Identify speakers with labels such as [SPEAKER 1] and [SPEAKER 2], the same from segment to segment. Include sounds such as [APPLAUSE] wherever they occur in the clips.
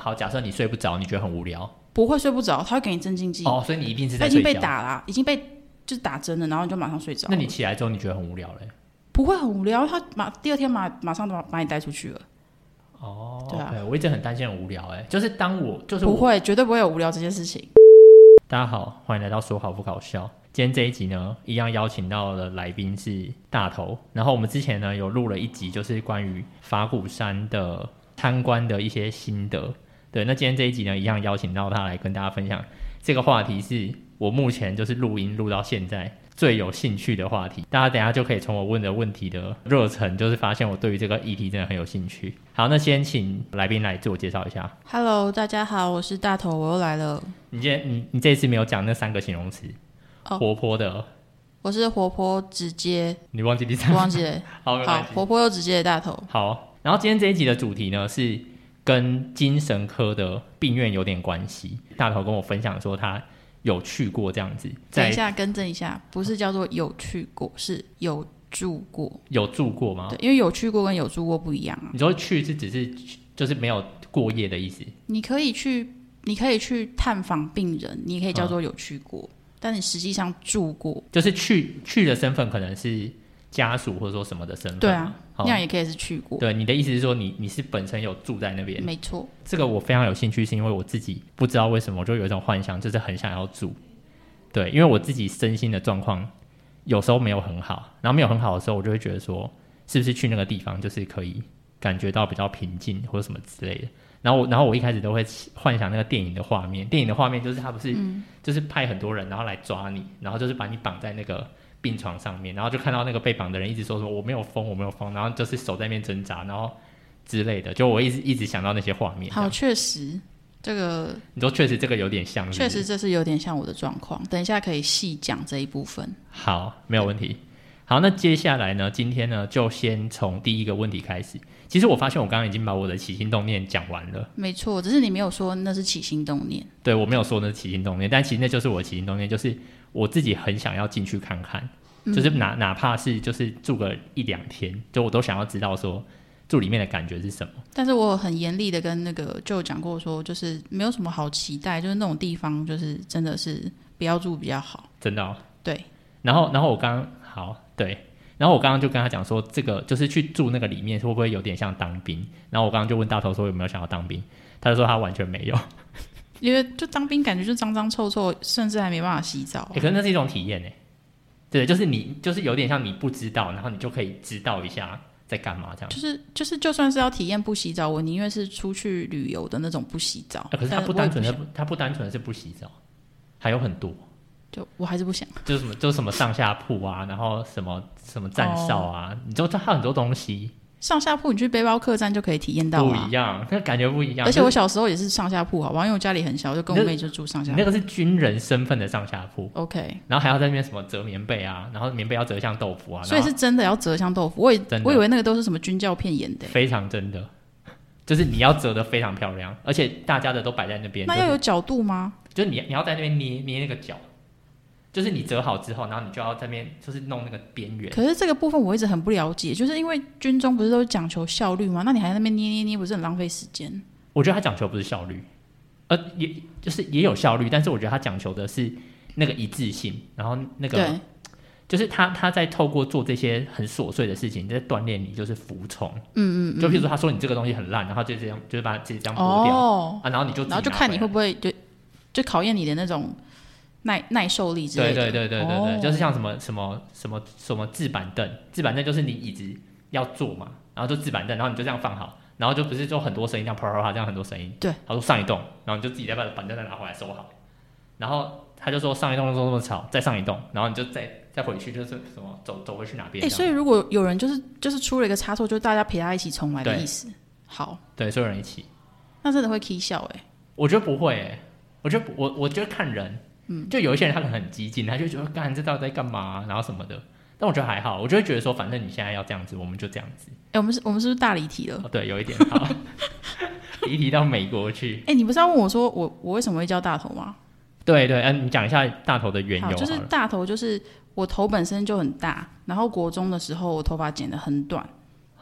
[SPEAKER 1] 好，假设你睡不着，你觉得很无聊
[SPEAKER 2] 不会睡不着，他会给你镇静剂。
[SPEAKER 1] 哦，所以你一定是
[SPEAKER 2] 他
[SPEAKER 1] 在
[SPEAKER 2] 已经
[SPEAKER 1] 睡
[SPEAKER 2] 被
[SPEAKER 1] 觉。
[SPEAKER 2] 打啦，已经被就是打针了，然后你就马上睡着了。
[SPEAKER 1] 那你起来之后，你觉得很无聊嘞？
[SPEAKER 2] 不会很无聊？他马第二天马马上把把你带出去了，
[SPEAKER 1] 哦，
[SPEAKER 2] 对啊
[SPEAKER 1] 我一直很担心很无聊哎，就是当我就是
[SPEAKER 2] 不
[SPEAKER 1] 我。
[SPEAKER 2] 会，绝对不会有无聊这件事情。
[SPEAKER 1] 大家好，欢迎来到说好不搞笑。今天这一集呢，一样邀请到的来宾是大头。然后我们之前呢有录了一集，就是关于法鼓山的参观的一些心得。对，那今天这一集呢，一样邀请到他来跟大家分享这个话题，是我目前就是录音录到现在最有兴趣的话题。大家等一下就可以从我问的问题的热忱，就是发现我对于这个议题真的很有兴趣。好，那先请来宾来自我介绍一下。
[SPEAKER 2] Hello，大家好，我是大头，我又来了。
[SPEAKER 1] 你今天你你这次没有讲那三个形容词，
[SPEAKER 2] 哦
[SPEAKER 1] 活泼的，
[SPEAKER 2] 我是活泼
[SPEAKER 1] [LAUGHS]
[SPEAKER 2] 直接，
[SPEAKER 1] 你忘记第三
[SPEAKER 2] 我
[SPEAKER 1] 个？
[SPEAKER 2] 忘记了，
[SPEAKER 1] 好，没
[SPEAKER 2] 好
[SPEAKER 1] 关系。
[SPEAKER 2] 活泼又直接的大头。
[SPEAKER 1] 好，然后今天这一集的主题呢是跟精神科的病院有点关系。大头跟我分享说他有去过这样子，
[SPEAKER 2] 等一
[SPEAKER 1] 在
[SPEAKER 2] 下，更正一下，不是叫做有去过，是有住过。
[SPEAKER 1] 有住过吗
[SPEAKER 2] 对？，因为有去过跟有住过不一样啊。
[SPEAKER 1] 你说去是只是去就是没有过夜的意思
[SPEAKER 2] 你可以去，你可以去探访病人，你也可以叫做有去过，但你实际上住过，
[SPEAKER 1] 就是去去的身份可能是家属或者说什么的身份。
[SPEAKER 2] 对啊，
[SPEAKER 1] 好
[SPEAKER 2] 那，样也可以是去过，
[SPEAKER 1] 对你的意思是说你你是本身有住在那边，
[SPEAKER 2] 没错。
[SPEAKER 1] 这个我非常有兴趣，是因为我自己不知道为什么，我就有一种幻想，就是很想要住。对，因为我自己身心的状况有时候没有很好，然后没有很好的时候，我就会觉得说，是不是去那个地方就是可以感觉到比较平静或者什么之类的。然后我，然后我一开始都会幻想那个电影的画面，电影的画面就是他不是、就是派很多人然后来抓你，然后就是把你绑在那个病床上面，然后就看到那个被绑的人一直说什么我没有疯，我没有疯，然后就是手在那边挣扎，然后之类的，就我一直一直想到那些画面。这样
[SPEAKER 2] 好，确实，这个
[SPEAKER 1] 你说确实这个有点像是不
[SPEAKER 2] 确
[SPEAKER 1] 是
[SPEAKER 2] 实这是有点像我的状况。等一下可以细讲这一部分。
[SPEAKER 1] 好，没有问题。好，那接下来呢？今天呢，就先从第一个问题开始。其实我发现我刚刚已经把我的起心动念讲完了，
[SPEAKER 2] 没错，只是你没有说那是起心动念。
[SPEAKER 1] 对我没有说那是起心动念，但其实那就是我的起心动念，就是我自己很想要进去看看，
[SPEAKER 2] 嗯
[SPEAKER 1] 就是哪哪怕是就是住个一两天，就我都想要知道说住里面的感觉是什么。
[SPEAKER 2] 但是我很严厉的跟那个就有讲过说，就是没有什么好期待，就是那种地方，就是真的是不要住比较好。
[SPEAKER 1] 真的、哦。
[SPEAKER 2] 对。
[SPEAKER 1] 然后，然后我刚好对，然后我刚刚就跟他讲说，这个就是去住那个里面，会不会有点像当兵？然后我刚刚就问大头说有没有想要当兵，他就说他完全没有。
[SPEAKER 2] 哦因为就当兵感觉就脏脏臭臭，甚至还没办法洗澡啊、
[SPEAKER 1] 欸可是那是一种体验呢、对，就是你就是有点像你不知道，然后你就可以知道一下在干嘛这样。
[SPEAKER 2] 就是就是，就算是要体验不洗澡，我宁愿是出去旅游的那种不洗澡。
[SPEAKER 1] 啊可是他
[SPEAKER 2] 哦但
[SPEAKER 1] 不
[SPEAKER 2] 我也
[SPEAKER 1] 单纯的
[SPEAKER 2] 想，
[SPEAKER 1] 他不单纯的是不洗澡，还有很多，
[SPEAKER 2] 就我还是不想。
[SPEAKER 1] 就是什么就是什么上下铺啊，然后什么什么站哨
[SPEAKER 2] 哦
[SPEAKER 1] 啊，你就他很多东西
[SPEAKER 2] 上下铺，你去背包客栈就可以体验到
[SPEAKER 1] 不
[SPEAKER 2] 啊
[SPEAKER 1] 一。样，那感觉不一样。
[SPEAKER 2] 而且
[SPEAKER 1] 就
[SPEAKER 2] 我小时候也是上下铺，好不好？因为我家里很小，就跟我
[SPEAKER 1] 那
[SPEAKER 2] 妹就住上
[SPEAKER 1] 是
[SPEAKER 2] 下
[SPEAKER 1] 你那。
[SPEAKER 2] 铺
[SPEAKER 1] 个是军人身份的上下铺，
[SPEAKER 2] OK，
[SPEAKER 1] 然后还要在那边什么折棉被啊，然后棉被要折像豆腐啊，
[SPEAKER 2] 所以
[SPEAKER 1] 然后
[SPEAKER 2] 是真的要折香豆腐。我以
[SPEAKER 1] 真的
[SPEAKER 2] 我以为那个都是什么军教片演的、
[SPEAKER 1] 非常真的，就是你要折的非常漂亮，而且大家的都摆在那边，
[SPEAKER 2] 那
[SPEAKER 1] 就是
[SPEAKER 2] 要有角度吗？
[SPEAKER 1] 就是你你要在那边捏捏那个角，就是你折好之后，然后你就要在那边就是弄那个边缘。
[SPEAKER 2] 可是这个部分我一直很不了解，就是因为军中不是都讲求效率吗？那你还在那边捏捏捏，不是很浪费时间？
[SPEAKER 1] 我觉得他讲求不是效率，呃，也就是也有效率，但是我觉得他讲求的是那个一致性，然后那个
[SPEAKER 2] 对，
[SPEAKER 1] 就是他他在透过做这些很琐碎的事情，在锻炼你就是服从。
[SPEAKER 2] 嗯嗯嗯。
[SPEAKER 1] 就譬如说他说你这个东西很烂，然后就这样就是把自己这样剥掉、
[SPEAKER 2] 哦，
[SPEAKER 1] 啊，然后你就自己
[SPEAKER 2] 然后就
[SPEAKER 1] 拿
[SPEAKER 2] 看
[SPEAKER 1] 回
[SPEAKER 2] 你
[SPEAKER 1] 来
[SPEAKER 2] 会不会就就考验你的那种耐耐受力之类
[SPEAKER 1] 对
[SPEAKER 2] 的。
[SPEAKER 1] 对对对对对，
[SPEAKER 2] 哦
[SPEAKER 1] 就是像什么什么什么什么置板凳，置板凳就是你椅子要坐嘛，然后就置板凳，然后你就这样放好，然后就不是就很多声音，这样啪啪啪这样很多声音。
[SPEAKER 2] 对，
[SPEAKER 1] 他说上一栋，然后你就自己再把板凳再拿回来收好，然后他就说上一栋说那么吵，再上一栋，然后你就再再回去就是什么走走回去哪边
[SPEAKER 2] 哎、
[SPEAKER 1] 这样。
[SPEAKER 2] 所以如果有人就是就是出了一个差错，就是大家陪他一起重来的
[SPEAKER 1] 对
[SPEAKER 2] 意思。好，
[SPEAKER 1] 对，所有人一起，
[SPEAKER 2] 那真的会 k 笑哎、
[SPEAKER 1] 我觉得不会、欸，我觉得不我我觉得看人，嗯，就有一些人他可能很激进，他就觉得干这到底在干嘛、啊然后什么的。但我觉得还好，我就会觉得说，反正你现在要这样子，我们就这样子。
[SPEAKER 2] 哎、我们是我们是不是大离题了？
[SPEAKER 1] 哦，对，有一点好， [LAUGHS] 离题到美国去。
[SPEAKER 2] 哎、你不是要问我说我我为什么会叫大头吗？
[SPEAKER 1] 对对，嗯、你讲一下大头的缘由好
[SPEAKER 2] 好，
[SPEAKER 1] 了。
[SPEAKER 2] 就是大头，就是我头本身就很大，然后国中的时候我头发剪得很短，对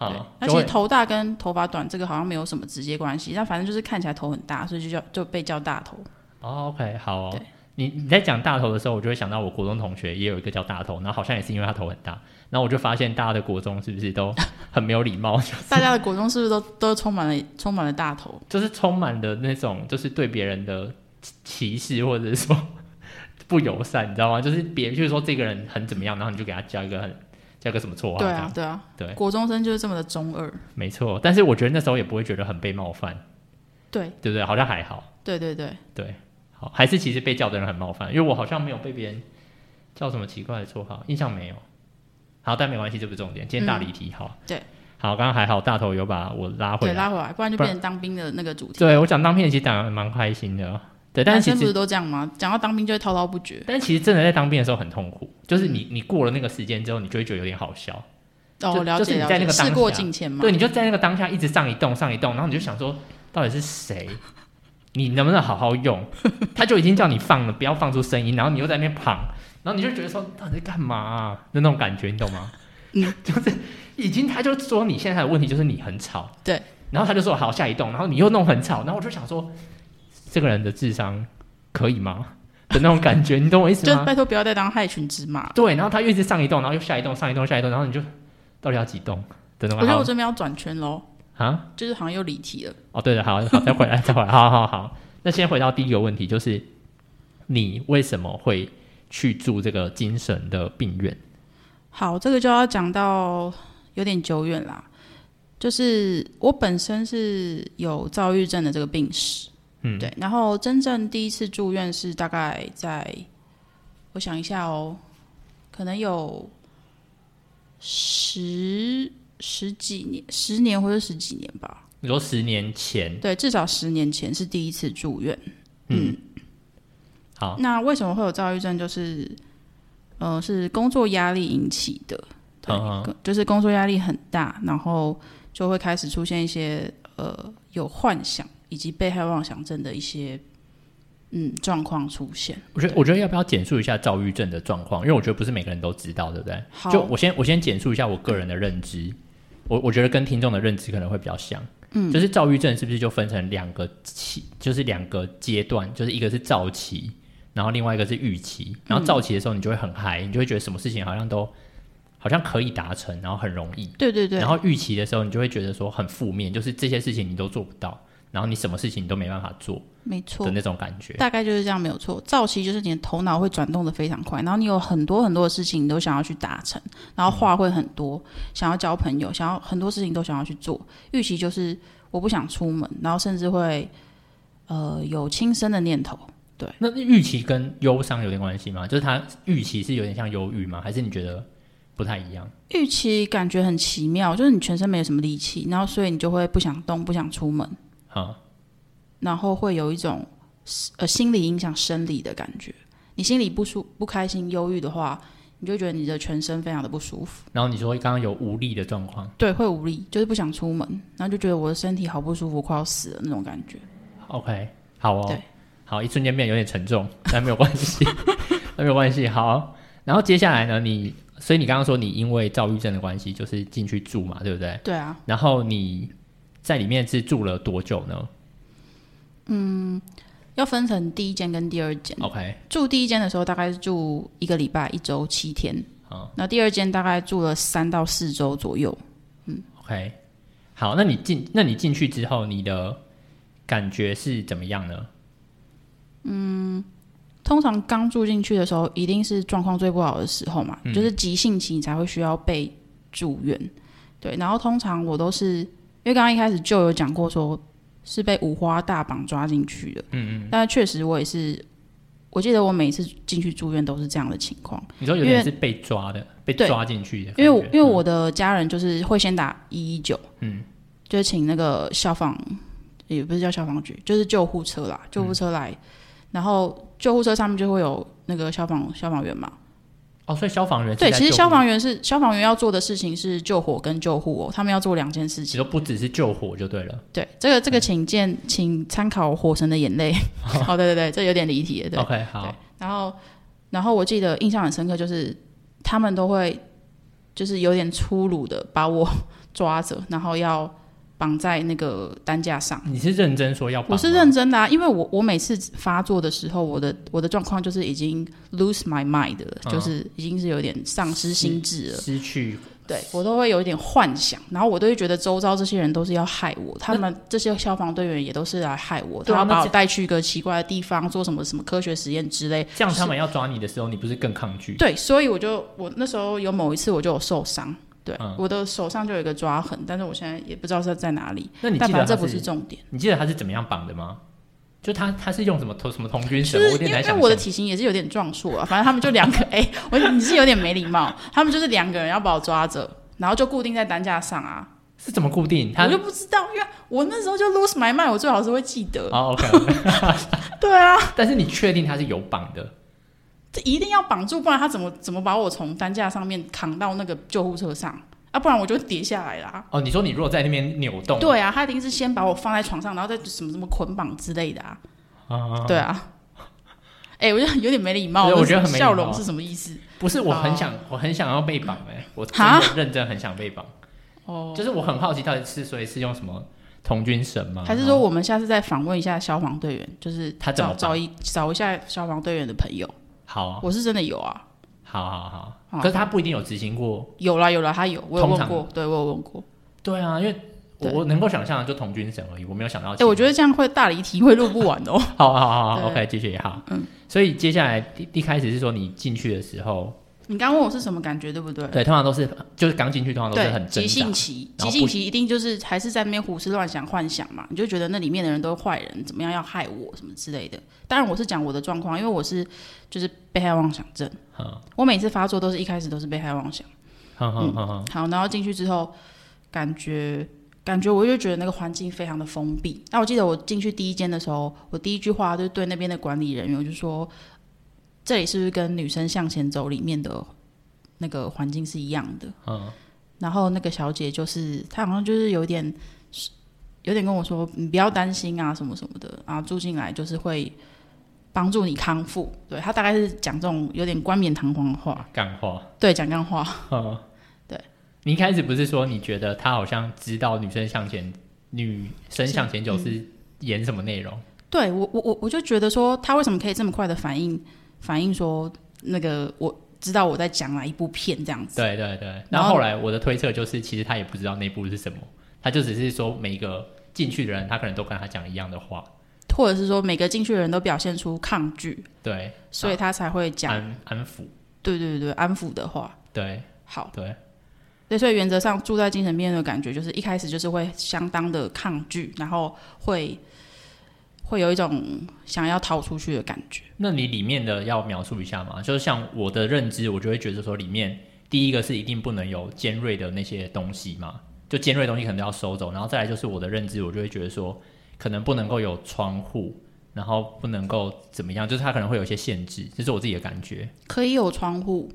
[SPEAKER 1] 好，，
[SPEAKER 2] 而
[SPEAKER 1] 啊就
[SPEAKER 2] 且
[SPEAKER 1] 会
[SPEAKER 2] 头大跟头发短这个好像没有什么直接关系，但反正就是看起来头很大，所以就叫就被叫大头。
[SPEAKER 1] 哦，OK，好哦
[SPEAKER 2] 对。
[SPEAKER 1] 你你在讲大头的时候，我就会想到我国中同学也有一个叫大头，然后好像也是因为他头很大，然后我就发现大家的国中是不是都 [LAUGHS] 很没有礼貌，
[SPEAKER 2] 大家的国中是不是都都充满了充满了大头？
[SPEAKER 1] 就是充满了那种就是对别人的歧歧视或者是说 [LAUGHS] 不友善，你知道吗？就是别就是说这个人很怎么样，然后你就给他叫一个很叫一个什么绰号，
[SPEAKER 2] 对
[SPEAKER 1] 这样哎
[SPEAKER 2] 啊，对啊，
[SPEAKER 1] 对
[SPEAKER 2] 国中生就是这么的中二。
[SPEAKER 1] 没错。但是我觉得那时候也不会觉得很被冒犯，
[SPEAKER 2] 对
[SPEAKER 1] 对不啊对？好像还好，
[SPEAKER 2] 对对对，
[SPEAKER 1] 对，好，还是其实被叫的人很冒犯，因为我好像没有被别人叫什么奇怪的绰号，印象没有。好，但没关系，这不是重点。今天大离题，好，
[SPEAKER 2] 对，
[SPEAKER 1] 好，刚刚还好，大头有把我拉回
[SPEAKER 2] 对
[SPEAKER 1] 来。
[SPEAKER 2] 拉回来，不然就变成当兵的那个主题。
[SPEAKER 1] 啊对我讲当片其实讲的蛮开心的，对，但
[SPEAKER 2] 男
[SPEAKER 1] 是
[SPEAKER 2] 生
[SPEAKER 1] 其
[SPEAKER 2] 不
[SPEAKER 1] 实
[SPEAKER 2] 是都这样吗？讲到当兵就会滔滔不绝。
[SPEAKER 1] 但其实真的在当兵的时候很痛苦，就是你
[SPEAKER 2] 嗯
[SPEAKER 1] 你过了那个时间之后，你就会觉得有点好笑。就
[SPEAKER 2] 哦，了
[SPEAKER 1] 就是
[SPEAKER 2] 解
[SPEAKER 1] 你
[SPEAKER 2] 了
[SPEAKER 1] 在那
[SPEAKER 2] 解，
[SPEAKER 1] 个当
[SPEAKER 2] 事过
[SPEAKER 1] 下
[SPEAKER 2] 境迁嘛。
[SPEAKER 1] 对，你就在那个当下一直上一动上一动，然后你就想说，到底是谁？你能不能好好用？ [LAUGHS] 他就已经叫你放了，不要放出声音，然后你又在那边躺，然后你就觉得说，到底在干嘛、啊？那种感觉，你懂吗？
[SPEAKER 2] 嗯，
[SPEAKER 1] [LAUGHS] 就是已经他就说你现在的问题就是你很吵，
[SPEAKER 2] 对，
[SPEAKER 1] 然后他就说好下一动，然后你又弄很吵，然后我就想说，这个人的智商可以吗？的那种感觉，你懂我意思
[SPEAKER 2] 就
[SPEAKER 1] 吗？
[SPEAKER 2] 拜托不要再当害群之马了。
[SPEAKER 1] 对，然后他又一直上一动，然后又下一动，上一动，下一动，然后你就到底要几动？的那种
[SPEAKER 2] 我
[SPEAKER 1] 感
[SPEAKER 2] 觉得我
[SPEAKER 1] 觉
[SPEAKER 2] 这边要转圈喽，
[SPEAKER 1] 啊。
[SPEAKER 2] 就是好像又离题了。
[SPEAKER 1] 哦，对的，好，好，再回来，再回来，好好好。那先回到第一个问题，就是你为什么会去住这个精神的病院？
[SPEAKER 2] 好，这个就要讲到有点久远啦。就是我本身是有躁郁症的这个病史，
[SPEAKER 1] 嗯
[SPEAKER 2] 对。然后真正第一次住院是大概在，我想一下哦，可能有十十几年、十年或者十几年吧。
[SPEAKER 1] 你说十年前，
[SPEAKER 2] 对，至少十年前是第一次住院。
[SPEAKER 1] 嗯，好，
[SPEAKER 2] 那为什么会有躁郁症？就是，呃，是工作压力引起的，对，
[SPEAKER 1] 嗯
[SPEAKER 2] 工就是工作压力很大，然后就会开始出现一些呃有幻想以及被害妄想症的一些嗯状况出现。
[SPEAKER 1] 我觉得，我觉得要不要简述一下躁郁症的状况？因为我觉得不是每个人都知道，对不对？
[SPEAKER 2] 好
[SPEAKER 1] 就我先我先简述一下我个人的认知，我我觉得跟听众的认知可能会比较像。嗯，就是躁郁症是不是就分成两个期，就是两个阶段，就是一个是躁期，然后另外一个是预期。
[SPEAKER 2] 嗯
[SPEAKER 1] 然后躁期的时候，你就会很嗨，你就会觉得什么事情好像都好像可以达成，然后很容易。
[SPEAKER 2] 对对对
[SPEAKER 1] 然，后预期的时候，你就会觉得说很负面，就是这些事情你都做不到，然后你什么事情你都没办法做
[SPEAKER 2] 没
[SPEAKER 1] 的
[SPEAKER 2] 错，
[SPEAKER 1] 那种感觉。
[SPEAKER 2] 大概就是这样，没有错。躁期就是你的头脑会转动的非常快，然后你有很多很多的事情你都想要去达成，然后话会很多，
[SPEAKER 1] 嗯
[SPEAKER 2] 想要交朋友，想要很多事情都想要去做。预期就是我不想出门，然后甚至会呃有轻生的念头。
[SPEAKER 1] 那预期跟忧伤有点关系吗？就是它预期是有点像忧郁吗？还是你觉得不太一样？
[SPEAKER 2] 预期感觉很奇妙，就是你全身没有什么力气，然后所以你就会不想动，不想出门，
[SPEAKER 1] 啊，
[SPEAKER 2] 然后会有一种呃心理影响生理的感觉。你心里不舒不开心、忧郁的话，你就觉得你的全身非常的不舒服。
[SPEAKER 1] 然后你说刚刚有无力的状况
[SPEAKER 2] 对，会无力，就是不想出门，然后就觉得我的身体好不舒服，快要死了那种感觉。
[SPEAKER 1] ，OK，好哦
[SPEAKER 2] 对，
[SPEAKER 1] 好，一瞬间变得有点沉重，但没有关
[SPEAKER 2] [LAUGHS]
[SPEAKER 1] 系，但没有关系。好，然后接下来呢，你所以你刚刚说你因为躁郁症的关系，就是进去住嘛，对不对？
[SPEAKER 2] 对啊，
[SPEAKER 1] 然后你在里面是住了多久呢
[SPEAKER 2] 要分成第一间跟第二间。
[SPEAKER 1] ？OK，
[SPEAKER 2] 住第一间的时候大概是住一个礼拜，一周七天。
[SPEAKER 1] 哦
[SPEAKER 2] 那第二间大概住了三到四周左右。
[SPEAKER 1] OK，好，那你进，那你进去之后，你的感觉是怎么样呢？
[SPEAKER 2] 通常刚住进去的时候，一定是状况最不好的时候嘛，就是急性期你才会需要被住院。对，然后通常我都是因为刚刚一开始就有讲过说，是被五花大绑抓进去的。嗯嗯。但确实我也是，我记得我每次进去住院都是这样的情况，
[SPEAKER 1] 你说有
[SPEAKER 2] 因
[SPEAKER 1] 点
[SPEAKER 2] 为
[SPEAKER 1] 是被抓的，被
[SPEAKER 2] 对
[SPEAKER 1] 抓进去的感觉，
[SPEAKER 2] 因为我因为我的家人就是会先打一一九，
[SPEAKER 1] 嗯，
[SPEAKER 2] 就请那个消防，也不是叫消防局，就是救护车啦，救护车来，然后救护车上面就会有那个消防消防员嘛。
[SPEAKER 1] 哦，所以消防员是
[SPEAKER 2] 对，
[SPEAKER 1] 在
[SPEAKER 2] 其实
[SPEAKER 1] 救
[SPEAKER 2] 消
[SPEAKER 1] 火
[SPEAKER 2] 防员是消防员要做的事情是救火跟救护哦，他们要做两件事
[SPEAKER 1] 其
[SPEAKER 2] 情。
[SPEAKER 1] 实不只是救火就对了。
[SPEAKER 2] 对，这个这个请见，请参考《火神的眼
[SPEAKER 1] [LAUGHS]
[SPEAKER 2] 泪》哦，对对对，这有点离题了。对，
[SPEAKER 1] OK，好
[SPEAKER 2] 对，然后然后我记得印象很深刻，就是他们都会就是有点粗鲁的把我 [LAUGHS] 抓着，然后要绑在那个担架上。
[SPEAKER 1] 你是认真说要绑吗？
[SPEAKER 2] 我是认真的、啊，因为我我每次发作的时候，我的我的状况就是已经 lose my mind 了，
[SPEAKER 1] 嗯
[SPEAKER 2] 就是已经是有点丧失心智了。
[SPEAKER 1] 失去
[SPEAKER 2] 对我都会有一点幻想，然后我都会觉得周遭这些人都是要害我，他们这些消防队员也都是来害我，
[SPEAKER 1] 对啊
[SPEAKER 2] 他要
[SPEAKER 1] 那
[SPEAKER 2] 把我
[SPEAKER 1] 这
[SPEAKER 2] 带去一个奇怪的地方，做什么什么科学实验之类。
[SPEAKER 1] 这样，他们要抓你的时候，你不是更抗拒？
[SPEAKER 2] 对，所以我就我那时候有某一次我就有受伤，对，
[SPEAKER 1] 嗯
[SPEAKER 2] 我的手上就有一个抓痕，但是我现在也不知道是在哪里，
[SPEAKER 1] 那你
[SPEAKER 2] 但
[SPEAKER 1] 记
[SPEAKER 2] 反
[SPEAKER 1] 得
[SPEAKER 2] 正这
[SPEAKER 1] 他
[SPEAKER 2] 不是重点。
[SPEAKER 1] 你记得他是怎么样绑的吗？就他他是用什么同什么童军绳？
[SPEAKER 2] 就
[SPEAKER 1] 我
[SPEAKER 2] 是
[SPEAKER 1] 有
[SPEAKER 2] 因为
[SPEAKER 1] 点难
[SPEAKER 2] 因为
[SPEAKER 1] 想
[SPEAKER 2] 我的
[SPEAKER 1] 象
[SPEAKER 2] 体型也是有点壮硕啊，反正他们就两个， [LAUGHS] 哎、我你是有点没礼貌，他们就是两个人要把我抓着，然后就固定在担架上啊，
[SPEAKER 1] 是怎么固定？他
[SPEAKER 2] 我就不知道，因为我那时候就 lose my mind，我最好是会记得，
[SPEAKER 1] 哦
[SPEAKER 2] [LAUGHS]
[SPEAKER 1] OK，
[SPEAKER 2] 对啊，
[SPEAKER 1] 但是你确定他是有绑的？
[SPEAKER 2] 这一定要绑住，不然他怎么怎么把我从担架上面扛到那个救护车上啊？不然我就跌下来啦。
[SPEAKER 1] 哦，你说你如果在那边扭动，
[SPEAKER 2] 对啊，他一定是先把我放在床上，然后再什么什么捆绑之类的啊。
[SPEAKER 1] 啊，
[SPEAKER 2] 对啊， [LAUGHS] 哎、我就很有点没礼貌。
[SPEAKER 1] 对
[SPEAKER 2] 那
[SPEAKER 1] 我觉得很没礼貌
[SPEAKER 2] 笑容是什么意思？
[SPEAKER 1] 不是我很想我很想要被绑哎，我真
[SPEAKER 2] 啊哈
[SPEAKER 1] 的认真很想被绑，
[SPEAKER 2] 哦，
[SPEAKER 1] 就是我很好奇到底是所以是用什么童军绳吗？
[SPEAKER 2] 还是说我们下次再访问一下消防队员，就是
[SPEAKER 1] 嗯他怎么哦
[SPEAKER 2] 找
[SPEAKER 1] 绑
[SPEAKER 2] 找一找一下消防队员的朋友？
[SPEAKER 1] 好
[SPEAKER 2] 我是真的有啊，
[SPEAKER 1] 好好好，
[SPEAKER 2] 好
[SPEAKER 1] 可是他不一定有执行过。
[SPEAKER 2] 有啦有啦，他有，我有
[SPEAKER 1] 通
[SPEAKER 2] 问
[SPEAKER 1] 常
[SPEAKER 2] 过，对我有问过。
[SPEAKER 1] 对啊，因为我
[SPEAKER 2] 对
[SPEAKER 1] 我能够想象的就童军绳而已，我没有想到其
[SPEAKER 2] 哎、
[SPEAKER 1] 他。
[SPEAKER 2] 我觉得这样会大离题，会录不完哦。
[SPEAKER 1] [LAUGHS] 好好好好
[SPEAKER 2] 对
[SPEAKER 1] ，OK，继续好。
[SPEAKER 2] 嗯，
[SPEAKER 1] 所以接下来第一开始是说你进去的时候，
[SPEAKER 2] 你刚问我是什么感觉，对不对？
[SPEAKER 1] 对，通常都是就是刚进去，通常都是
[SPEAKER 2] 对
[SPEAKER 1] 很，挣
[SPEAKER 2] 急性
[SPEAKER 1] 扎。
[SPEAKER 2] 期，
[SPEAKER 1] 然后
[SPEAKER 2] 急
[SPEAKER 1] 不
[SPEAKER 2] 性期一定就是还是在那边胡思乱想、幻想嘛，你就觉得那里面的人都是坏人，怎么样要害我什么之类的。当然我是讲我的状况，因为我是就是被害妄想症，
[SPEAKER 1] 嗯
[SPEAKER 2] 我每次发作都是一开始都是被害妄想。
[SPEAKER 1] 哼哼哼哼，
[SPEAKER 2] 好，然后进去之后，感觉感觉我就觉得那个环境非常的封闭。那我记得我进去第一间的时候，我第一句话就是对那边的管理人员，我就说：“这里是不是跟《女生向前走》里面的那个环境是一样的？”
[SPEAKER 1] 嗯，
[SPEAKER 2] 然后那个小姐就是她好像就是有点有点跟我说：“你不要担心啊，什么什么的啊，住进来就是会。”帮助你康复，对她大概是讲这种有点冠冕堂皇的话，
[SPEAKER 1] 干话。
[SPEAKER 2] 对，讲这样话，
[SPEAKER 1] 嗯，
[SPEAKER 2] 对。
[SPEAKER 1] 你一开始不是说你觉得他好像知道女生向前，女生向前走
[SPEAKER 2] 嗯
[SPEAKER 1] 是演什么内容？
[SPEAKER 2] 对我，我我我就觉得说，他为什么可以这么快的反应反应说那个我知道我在讲哪一部片这样子？
[SPEAKER 1] 对对对。
[SPEAKER 2] 然
[SPEAKER 1] 然
[SPEAKER 2] 后
[SPEAKER 1] 后后来我的推测就是，其实他也不知道内部是什么，他就只是说每一个进去的人，他可能都跟他讲一样的话。
[SPEAKER 2] 或者是说每个进去的人都表现出抗拒，
[SPEAKER 1] 对，
[SPEAKER 2] 所以他才会讲、
[SPEAKER 1] 安安抚，
[SPEAKER 2] 对对对安抚的话。
[SPEAKER 1] 对
[SPEAKER 2] 好，
[SPEAKER 1] 对，
[SPEAKER 2] 对，所以原则上住在精神病院的感觉就是一开始就是会相当的抗拒，然后会会有一种想要逃出去的感觉。
[SPEAKER 1] 那你里面的要描述一下吗？就是像我的认知，我就会觉得说，里面第一个是一定不能有尖锐的那些东西嘛，就尖锐的东西可能都要收走。然后再来就是我的认知，我就会觉得说，可能不能够有窗户，然后不能够怎么样，就是它可能会有一些限制，这是我自己的感觉。
[SPEAKER 2] 可以有窗户。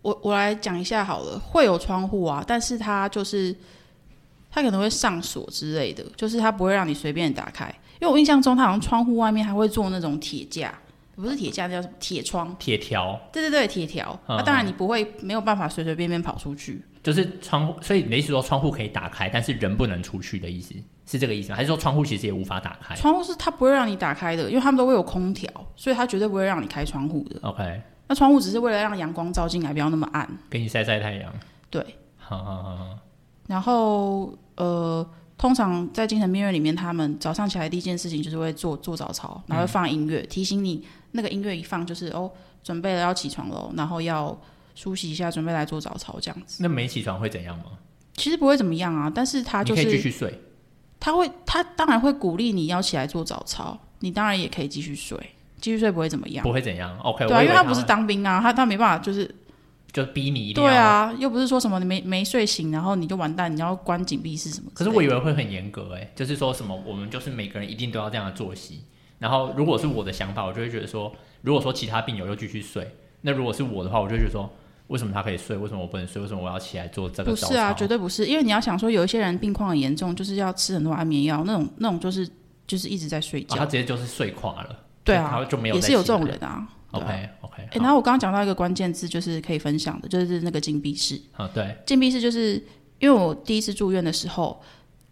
[SPEAKER 2] 我我来讲一下好了，会有窗户啊，但是它就是它可能会上锁之类的，就是它不会让你随便打开。因为我印象中，它好像窗户外面还会做那种铁架，不是铁架，那叫什么铁窗？
[SPEAKER 1] 铁条
[SPEAKER 2] 对对对，铁条。那、
[SPEAKER 1] 嗯
[SPEAKER 2] 当然你不会没有办法随随便便跑出去，
[SPEAKER 1] 就是窗户，所以你的意思说窗户可以打开，但是人不能出去的意思是这个意思吗？还是说窗户其实也无法打开
[SPEAKER 2] 窗户是它不会让你打开的，因为他们都会有空调，所以它绝对不会让你开窗户的。
[SPEAKER 1] ？OK，
[SPEAKER 2] 那窗户只是为了让阳光照进来，不要那么暗。
[SPEAKER 1] 给你晒晒太阳。
[SPEAKER 2] 对，
[SPEAKER 1] 好好好好，
[SPEAKER 2] 然后呃，通常在精神病院里面，他们早上起来第一件事情就是会做做早操，
[SPEAKER 1] 嗯
[SPEAKER 2] 然后会放音乐、提醒你，那个音乐一放就是哦，准备了要起床喽，然后要梳洗一下，准备来做早操这样子。
[SPEAKER 1] 那没起床会怎样吗？
[SPEAKER 2] 其实不会怎么样啊，但是他就
[SPEAKER 1] 你可以继
[SPEAKER 2] 是
[SPEAKER 1] 续睡。
[SPEAKER 2] 他会他当然会鼓励你要起来做早操，你当然也可以继续睡，继续睡不会怎么样
[SPEAKER 1] 不。会怎样。OK，
[SPEAKER 2] 对
[SPEAKER 1] 哎
[SPEAKER 2] 啊，
[SPEAKER 1] 我以
[SPEAKER 2] 因为
[SPEAKER 1] 为
[SPEAKER 2] 他
[SPEAKER 1] 他
[SPEAKER 2] 不是当兵啊，他他没办法，就是
[SPEAKER 1] 就逼你一定要。
[SPEAKER 2] 对。啊，又不是说什么你没没睡醒，然后你就完蛋，你要关紧闭室什么之
[SPEAKER 1] 可
[SPEAKER 2] 类的。
[SPEAKER 1] 是我以为会很严格哎、就是说什么我们就是每个人一定都要这样的作息。然后如果是我的想法，我就会觉得说，如果说其他病友又继续睡，那如果是我的话，我就会觉得说，为什么他可以睡，为什么我不能睡，为什么我要起来做这个
[SPEAKER 2] 不
[SPEAKER 1] 早
[SPEAKER 2] 是啊，
[SPEAKER 1] 操
[SPEAKER 2] 绝对不是，因为你要想说，有一些人病况很严重，就是要吃很多安眠药，那种那种就是就是一直在睡
[SPEAKER 1] 哦
[SPEAKER 2] 觉，
[SPEAKER 1] 他直接就是睡垮了。
[SPEAKER 2] 对
[SPEAKER 1] 就
[SPEAKER 2] 啊
[SPEAKER 1] 他，就没有
[SPEAKER 2] 也
[SPEAKER 1] 再
[SPEAKER 2] 是有
[SPEAKER 1] 起
[SPEAKER 2] 这种
[SPEAKER 1] 来
[SPEAKER 2] 人啊。对啊
[SPEAKER 1] OK OK，
[SPEAKER 2] 诶然后我刚刚讲到一个关键字，就是可以分享的，就是那个禁闭室。
[SPEAKER 1] 好，对，
[SPEAKER 2] 禁闭室就是因为我第一次住院的时候，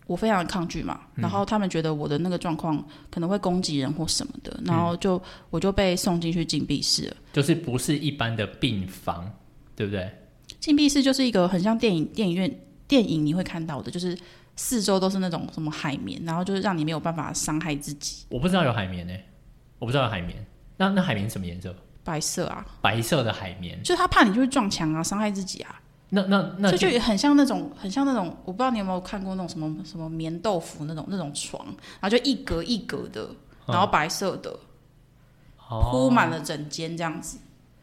[SPEAKER 2] 我非常的抗拒嘛，
[SPEAKER 1] 嗯
[SPEAKER 2] 然后他们觉得我的那个状况可能会攻击人或什么的，
[SPEAKER 1] 嗯
[SPEAKER 2] 然后就我就被送进去禁闭室了。
[SPEAKER 1] 就是不是一般的病房，对不对？
[SPEAKER 2] 禁闭室就是一个很像电影电影院电影你会看到的，就是四周都是那种什么海绵，然后就是让你没有办法伤害自己。
[SPEAKER 1] 我不知道有海绵呢、我不知道有海绵。那那海绵什么颜色？
[SPEAKER 2] 白色啊，
[SPEAKER 1] 白色的海绵。
[SPEAKER 2] 就是他怕你就是撞墙啊，伤害自己啊，
[SPEAKER 1] 那那那
[SPEAKER 2] 这就也很像那种，很像那种，我不知道你有没有看过那种什么什么棉豆腐那种那种床，然后就一格一格的，然
[SPEAKER 1] 嗯
[SPEAKER 2] 后白色的
[SPEAKER 1] 哦
[SPEAKER 2] 铺满了整间这样子。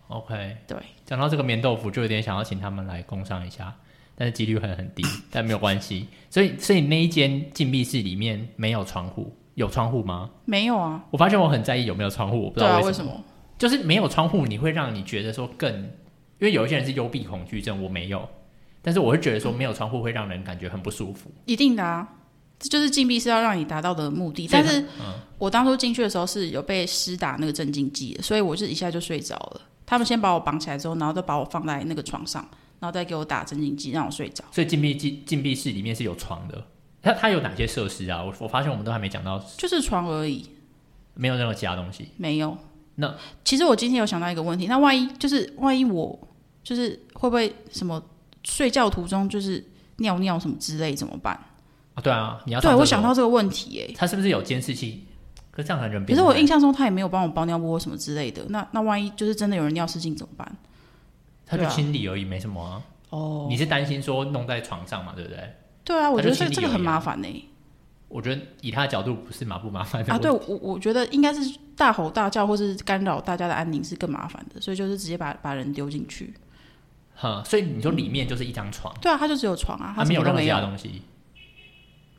[SPEAKER 1] OK，
[SPEAKER 2] 对，
[SPEAKER 1] 讲到这个棉豆腐，就有点想要请他们来工商一下，但是几率很
[SPEAKER 2] [LAUGHS]
[SPEAKER 1] 很低，但没有关系。所以，所以那一间禁闭室里面没有窗户，有窗户吗？
[SPEAKER 2] 没有啊，
[SPEAKER 1] 我发现我很在意有没有窗户，我不知
[SPEAKER 2] 对
[SPEAKER 1] 道
[SPEAKER 2] 啊，
[SPEAKER 1] 为什么。
[SPEAKER 2] 为什么？
[SPEAKER 1] 就是没有窗户，你会让你觉得说更，因为有一些人是幽闭恐惧症，我没有，但是我会觉得说没有窗户会让人感觉很不舒服。
[SPEAKER 2] 一定的啊，这就是禁闭是要让你达到的目的。
[SPEAKER 1] 所以
[SPEAKER 2] 但
[SPEAKER 1] 它
[SPEAKER 2] 是我当初进去的时候是有被施打那个镇静剂的，所以我是一下就睡着了。他们先把我绑起来之后，然后再把我放在那个床上，然后再给我打镇静剂让我睡着。
[SPEAKER 1] 所以禁闭禁禁闭室里面是有床的，它它有哪些设施啊？我我发现我们都还没讲到，
[SPEAKER 2] 就是床而已，
[SPEAKER 1] 没有任何其他东西。
[SPEAKER 2] 没有。
[SPEAKER 1] 那
[SPEAKER 2] 其实我今天有想到一个问题，那万一就是万一我就是会不会什么睡觉途中就是尿尿什么之类怎么办？
[SPEAKER 1] 啊对啊，你要上
[SPEAKER 2] 对
[SPEAKER 1] 厕
[SPEAKER 2] 我
[SPEAKER 1] 所嗯
[SPEAKER 2] 想到这个问题耶、
[SPEAKER 1] 它是不是有监视器？可这样很人欸
[SPEAKER 2] 可
[SPEAKER 1] 变
[SPEAKER 2] 是
[SPEAKER 1] 态。
[SPEAKER 2] 我印象中他也没有帮我包尿布或什么之类的，那那万一就是真的有人尿失禁怎么办？
[SPEAKER 1] 他就
[SPEAKER 2] 对啊
[SPEAKER 1] 清理而已，没什么啊。
[SPEAKER 2] 哦，
[SPEAKER 1] 你是担心说弄在床上嘛，对不对？
[SPEAKER 2] 对啊，我觉得
[SPEAKER 1] 他
[SPEAKER 2] 这
[SPEAKER 1] 就心里
[SPEAKER 2] 这个
[SPEAKER 1] 有
[SPEAKER 2] 很
[SPEAKER 1] 疑
[SPEAKER 2] 麻烦呢、
[SPEAKER 1] 我觉得以他的角度，不是麻不麻烦的
[SPEAKER 2] 啊，
[SPEAKER 1] 问题
[SPEAKER 2] 对我我觉得应该是大吼大叫或是干扰大家的安宁是更麻烦的，所以就是直接把把人丢进去。
[SPEAKER 1] 哈，所以你说里面就是一张床，
[SPEAKER 2] 对啊，他就只有床啊，
[SPEAKER 1] 它、
[SPEAKER 2] 他什
[SPEAKER 1] 没
[SPEAKER 2] 么
[SPEAKER 1] 有任
[SPEAKER 2] 都
[SPEAKER 1] 何
[SPEAKER 2] 没
[SPEAKER 1] 其他
[SPEAKER 2] 有，
[SPEAKER 1] 东西。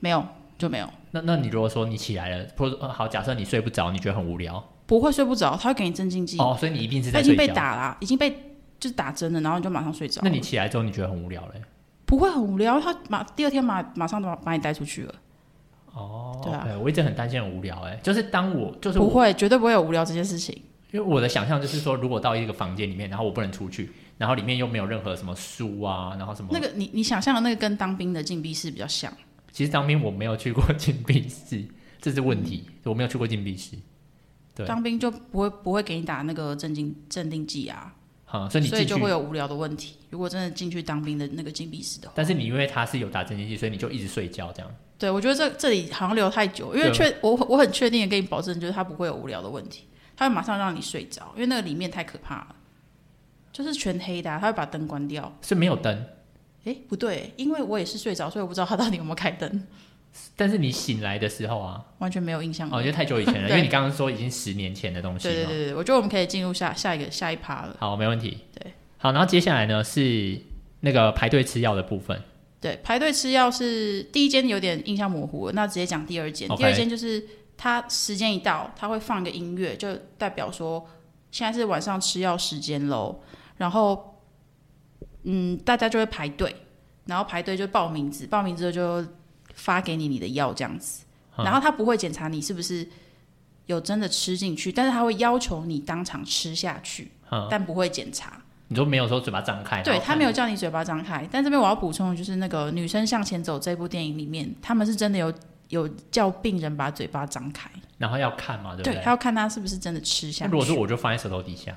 [SPEAKER 2] 没有就没有，
[SPEAKER 1] 那那你如果说你起来了，或者呃好，假设你睡不着，你觉得很无聊
[SPEAKER 2] 不会睡不着，他会给你镇静剂。
[SPEAKER 1] 哦，所以你一定是
[SPEAKER 2] 他
[SPEAKER 1] 在
[SPEAKER 2] 已经
[SPEAKER 1] 睡
[SPEAKER 2] 被
[SPEAKER 1] 觉。
[SPEAKER 2] 打啦、已经被就是打针了，然后你就马上睡着。
[SPEAKER 1] 那你起来之后，你觉得很无聊嘞？
[SPEAKER 2] 不会很无聊？他马第二天马马上就把把你带出去了，
[SPEAKER 1] 哦，
[SPEAKER 2] 对啊
[SPEAKER 1] OK，我一直很担心很无聊哎，就是当我就是
[SPEAKER 2] 不
[SPEAKER 1] 我，
[SPEAKER 2] 会，绝对不会有无聊这件事情。
[SPEAKER 1] 因为我的想象就是说，如果到一个房间里面，然后我不能出去，然后里面又没有任何什么书啊，然后什么
[SPEAKER 2] 那个你你想象的那个跟当兵的禁闭室比较像，
[SPEAKER 1] 其实当兵我没有去过 [LAUGHS] 禁闭室，这是问
[SPEAKER 2] 嗯
[SPEAKER 1] 题，我没有去过禁闭室。对
[SPEAKER 2] 当兵就不会不会给你打那个镇静镇定剂啊，
[SPEAKER 1] 好、所以你
[SPEAKER 2] 所以
[SPEAKER 1] 进
[SPEAKER 2] 就会
[SPEAKER 1] 去，
[SPEAKER 2] 有无聊的问题。如果真的进去当兵的那个禁闭室的话，
[SPEAKER 1] 但是你因为他是有打针进去，所以你就一直睡觉这样。
[SPEAKER 2] 对我觉得这这里好像留太久，因为
[SPEAKER 1] 对
[SPEAKER 2] 确我我很确定的跟你保证，就是他不会有无聊的问题，他会马上让你睡着，因为那个里面太可怕了，就是全黑的啊、他会把灯关掉。
[SPEAKER 1] 是没有灯，
[SPEAKER 2] 哎，不对，因为我也是睡着，所以我不知道他到底有没有开灯，
[SPEAKER 1] 但是你醒来的时候啊，
[SPEAKER 2] 完全没有印象。
[SPEAKER 1] 哦，因为太久以
[SPEAKER 2] [LAUGHS]
[SPEAKER 1] 前了，因
[SPEAKER 2] 对
[SPEAKER 1] 为你刚刚说已经十年前的东西
[SPEAKER 2] 对
[SPEAKER 1] 嘛。
[SPEAKER 2] 对对对，我觉得我们可以进入下下一个下一趴了。
[SPEAKER 1] 好，没问题。
[SPEAKER 2] 对，
[SPEAKER 1] 好，然后接下来呢是那个排队吃药的部分。
[SPEAKER 2] 对，排队吃药是第一间有点印象模糊了，那直接讲第二间。
[SPEAKER 1] OK
[SPEAKER 2] 第二间就是它时间一到，它会放一个音乐，就代表说现在是晚上吃药时间喽。然后，嗯，大家就会排队，然后排队就报名字，报名之后就发给你你的药这样子。
[SPEAKER 1] 嗯
[SPEAKER 2] 然后他不会检查你是不是有真的吃进去，但是他会要求你当场吃下去，
[SPEAKER 1] 嗯，
[SPEAKER 2] 但不会检查。
[SPEAKER 1] 你说没有说嘴巴张开，
[SPEAKER 2] 对
[SPEAKER 1] 然后
[SPEAKER 2] 他没有叫你嘴巴张开，但这边我要补充的就是那个《女生向前走》这部电影里面，他们是真的有有叫病人把嘴巴张开，
[SPEAKER 1] 然后要看嘛，对不
[SPEAKER 2] 对
[SPEAKER 1] 对？
[SPEAKER 2] 他要看他是不是真的吃下
[SPEAKER 1] 那
[SPEAKER 2] 去。
[SPEAKER 1] 如果说我就放在舌头底下，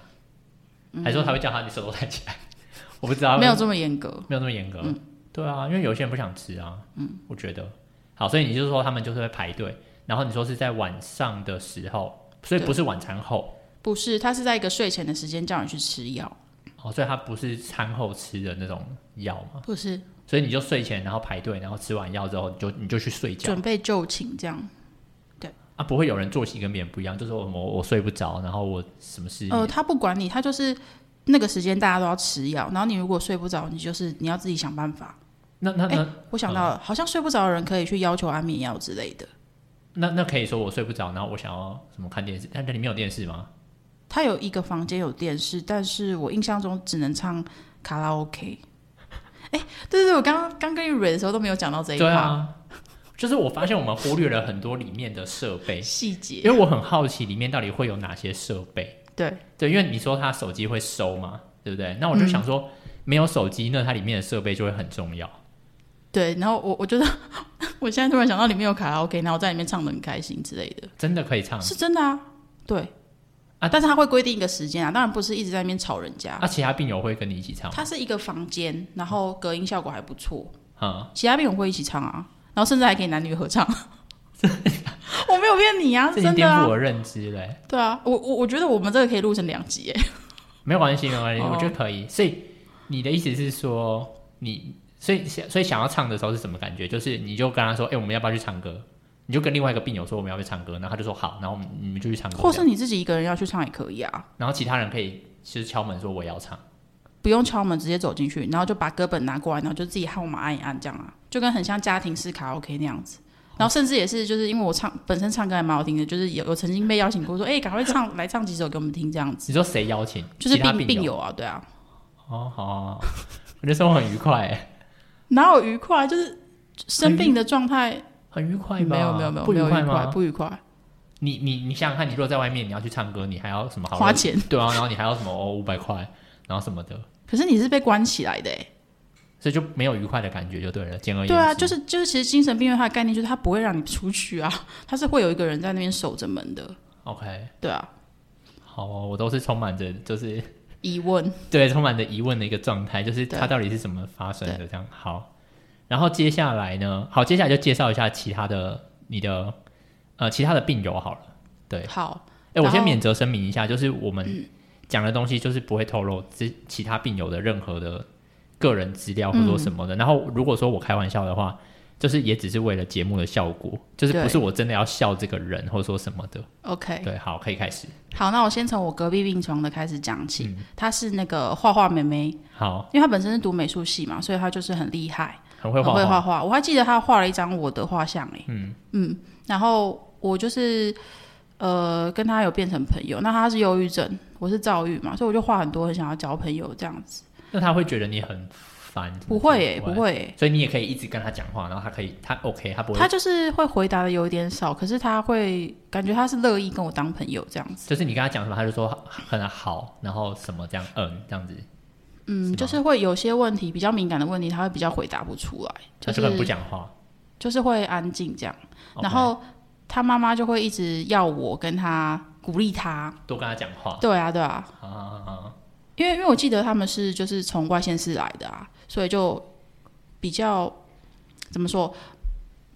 [SPEAKER 1] 还说他会叫他你舌头抬起来， [LAUGHS] 我啊不知道
[SPEAKER 2] 没有这嗯么严格，
[SPEAKER 1] 没有那么严格。对啊，因为有些人不想吃啊。嗯，我觉得好，所以你就是说他们就是会排队，然后你说是在晚上的时候，所以
[SPEAKER 2] 对
[SPEAKER 1] 不是晚餐后
[SPEAKER 2] 不是，他是在一个睡前的时间叫你去吃药，
[SPEAKER 1] 哦，所以它不是餐后吃的那种药嘛，
[SPEAKER 2] 不是
[SPEAKER 1] 所以你就睡前然后排队，然后吃完药之后你就你就去睡觉
[SPEAKER 2] 准备就寝这样。
[SPEAKER 1] 啊，不会有人作息跟别人不一样，就是我我我睡不着，然后我什么事
[SPEAKER 2] 呃，他不管你，他就是那个时间大家都要吃药，然后你如果睡不着，你就是你要自己想办法。
[SPEAKER 1] 那那
[SPEAKER 2] 哎
[SPEAKER 1] 那、
[SPEAKER 2] 我
[SPEAKER 1] 嗯
[SPEAKER 2] 想到了，好像睡不着的人可以去要求安眠药之类的。
[SPEAKER 1] 那那可以说我睡不着，然后我想要什么看电视，但这里面有电视吗？
[SPEAKER 2] 他有一个房间有电视，但是我印象中只能唱卡拉 OK。哎、对对对，我刚刚刚跟你蕊的时候都没有讲到这一
[SPEAKER 1] 对
[SPEAKER 2] 趴
[SPEAKER 1] 啊， [LAUGHS] 就是我发现我们忽略了很多里面的设备，
[SPEAKER 2] 细节。
[SPEAKER 1] 因为我很好奇里面到底会有哪些设备。
[SPEAKER 2] 对，
[SPEAKER 1] 对，因为你说他手机会
[SPEAKER 2] 嗯
[SPEAKER 1] 收嘛，对不对？那我就想说，没有手机，那它里面的设备就会很重要。
[SPEAKER 2] 对，然后我我觉得 [LAUGHS] 我现在突然想到里面有卡拉 OK，然后我在里面唱的很开心之类的，
[SPEAKER 1] 真的可以唱
[SPEAKER 2] 是真的啊，对
[SPEAKER 1] 啊
[SPEAKER 2] 但是他会规定一个时间啊，当然不是一直在那边吵人家。
[SPEAKER 1] 啊？其他病友会跟你一起唱吗？
[SPEAKER 2] 它是一个房间，然后隔音效果还不错，
[SPEAKER 1] 啊、
[SPEAKER 2] 其他病友会一起唱啊，然后甚至还可以男女合唱。 [LAUGHS] 我没有骗你啊，
[SPEAKER 1] 这已经
[SPEAKER 2] 真
[SPEAKER 1] 颠
[SPEAKER 2] 的
[SPEAKER 1] 覆
[SPEAKER 2] 啊，
[SPEAKER 1] 我认知了欸、
[SPEAKER 2] 对啊，我我我觉得我们这个可以录成两集耶。
[SPEAKER 1] 没有关系，没有关系，
[SPEAKER 2] 哦
[SPEAKER 1] 我觉得可以。所以你的意思是说，你所以所以想要唱的时候是什么感觉？就是你就跟他说，哎、我们要不要去唱歌？你就跟另外一个病友说我们要不要去唱歌，然后他就说好，然后我们你们就去唱歌
[SPEAKER 2] 或
[SPEAKER 1] 这
[SPEAKER 2] 是
[SPEAKER 1] 样，
[SPEAKER 2] 你自己一个人要去唱也可以啊，
[SPEAKER 1] 然后其他人可以就是敲门说我也要唱。
[SPEAKER 2] 嗯不用敲门，直接走进去，然后就把歌本拿过来，然后就自己号码按一按，这样啊，就跟很像家庭式卡拉 OK 那样子。然后甚至也是，就是因为我唱本身唱歌还蛮好听的，就是有有曾经被邀请过说，哎、赶快唱来唱几首给我们听，这样子，
[SPEAKER 1] 你说谁邀请？
[SPEAKER 2] 就是
[SPEAKER 1] 其他
[SPEAKER 2] 病
[SPEAKER 1] 病
[SPEAKER 2] 友啊，对啊，
[SPEAKER 1] 哦，好好好，我觉得生活很愉快、欸，
[SPEAKER 2] 哪有愉快？就是生病的状态，
[SPEAKER 1] 很愉快吧？
[SPEAKER 2] 没有没有没有
[SPEAKER 1] 不
[SPEAKER 2] 没
[SPEAKER 1] 愉
[SPEAKER 2] 有愉
[SPEAKER 1] 快
[SPEAKER 2] 快，
[SPEAKER 1] 吗？
[SPEAKER 2] 不愉快，
[SPEAKER 1] 你你你想想看，你如果在外面你要去唱歌，你还要什么好
[SPEAKER 2] 花？钱。
[SPEAKER 1] 对啊，然后你还要什么哦五百块，然后什么的，
[SPEAKER 2] 可是你是被关起来的、欸，
[SPEAKER 1] 所以就没有愉快的感觉，就对了。简而言之，
[SPEAKER 2] 对啊，就是就是，其实精神病院它的概念就是它不会让你出去啊，它是会有一个人在那边守着门的，
[SPEAKER 1] OK，
[SPEAKER 2] 对啊，
[SPEAKER 1] 好、哦，我都是充满着就是 [LAUGHS]
[SPEAKER 2] 疑问。
[SPEAKER 1] 对充满着疑问的一个状态，就是
[SPEAKER 2] 对
[SPEAKER 1] 它到底是怎么发生的这样。好，然后接下来呢，好，接下来就介绍一下其他的你的呃其他的病友好了。对
[SPEAKER 2] 好，
[SPEAKER 1] 哎，
[SPEAKER 2] 然
[SPEAKER 1] 我
[SPEAKER 2] 后嗯
[SPEAKER 1] 先免责声明一下，就是我们讲的东西就是不会透露之其他病友的任何的个人资料或
[SPEAKER 2] 嗯
[SPEAKER 1] 者说什么的。然后如果说我开玩笑的话，就是也只是为了节目的效果，就是不
[SPEAKER 2] 对
[SPEAKER 1] 是我真的要笑这个人或者说什么的。
[SPEAKER 2] OK，
[SPEAKER 1] 对，好，可以开始。
[SPEAKER 2] 好，那我先从我隔壁病床的开始讲起。
[SPEAKER 1] 嗯
[SPEAKER 2] 她是那个画画妹妹，
[SPEAKER 1] 好，
[SPEAKER 2] 因为她本身是读美术系嘛，所以她就是很厉害，
[SPEAKER 1] 很会画
[SPEAKER 2] 很会
[SPEAKER 1] 画
[SPEAKER 2] 画。画。我还记得她画了一张我的画像诶、
[SPEAKER 1] 嗯
[SPEAKER 2] 嗯，然后我就是呃跟她有变成朋友。那她是忧郁症，我是躁郁嘛，所以我就画很多，很想要交朋友这样子。
[SPEAKER 1] 那他会觉得你很烦？
[SPEAKER 2] 不会诶、不。会欸诶、
[SPEAKER 1] 所以你也可以一直跟他讲话，然后他可以，他 OK，他不
[SPEAKER 2] 她
[SPEAKER 1] 会，
[SPEAKER 2] 就是会回答的有一点少，可是她会感觉她是乐意跟我当朋友这样子。
[SPEAKER 1] 就是你跟他讲什么，他就说很好，然后什么这样，嗯，这样子，是
[SPEAKER 2] 嗯，
[SPEAKER 1] 吗
[SPEAKER 2] 就是会有些问题比较敏感的问题，她会比较回答不出来，
[SPEAKER 1] 他
[SPEAKER 2] 就是
[SPEAKER 1] 就很不讲话。
[SPEAKER 2] 就是会安静这样。然后他妈妈就会一直要我跟他鼓励他
[SPEAKER 1] OK，。多跟他讲话
[SPEAKER 2] 对啊，对啊，
[SPEAKER 1] 啊啊，啊
[SPEAKER 2] 因为因为我记得他们是就是从外县市来的啊，所以就比较怎么说，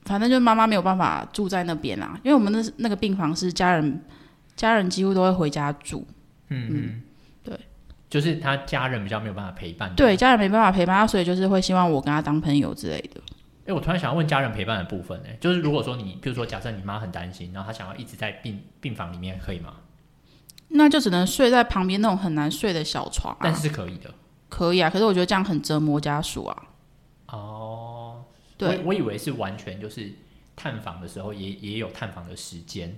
[SPEAKER 2] 反正就妈妈没有办法住在那边啊，因为我们那那个病房是家人家人几乎都会回家住，
[SPEAKER 1] 嗯嗯，
[SPEAKER 2] 对，
[SPEAKER 1] 就是他家人比较没有办法陪伴。
[SPEAKER 2] 对，，家人没办法陪伴他，所以就是会希望我跟他当朋友之类的。
[SPEAKER 1] 哎，我突然想要问家人陪伴的部分，哎，就是如果说你，比如说假设你妈很担心，然后她想要一直在病病房里面，可以吗？
[SPEAKER 2] 那就只能睡在旁边那种很难睡的小床
[SPEAKER 1] 但
[SPEAKER 2] 啊，
[SPEAKER 1] 是是可以的。
[SPEAKER 2] 可以啊，可是我觉得这样很折磨家属啊。
[SPEAKER 1] 哦，
[SPEAKER 2] 对，
[SPEAKER 1] 我我以为是完全就是探访的时候也也有探访的时间，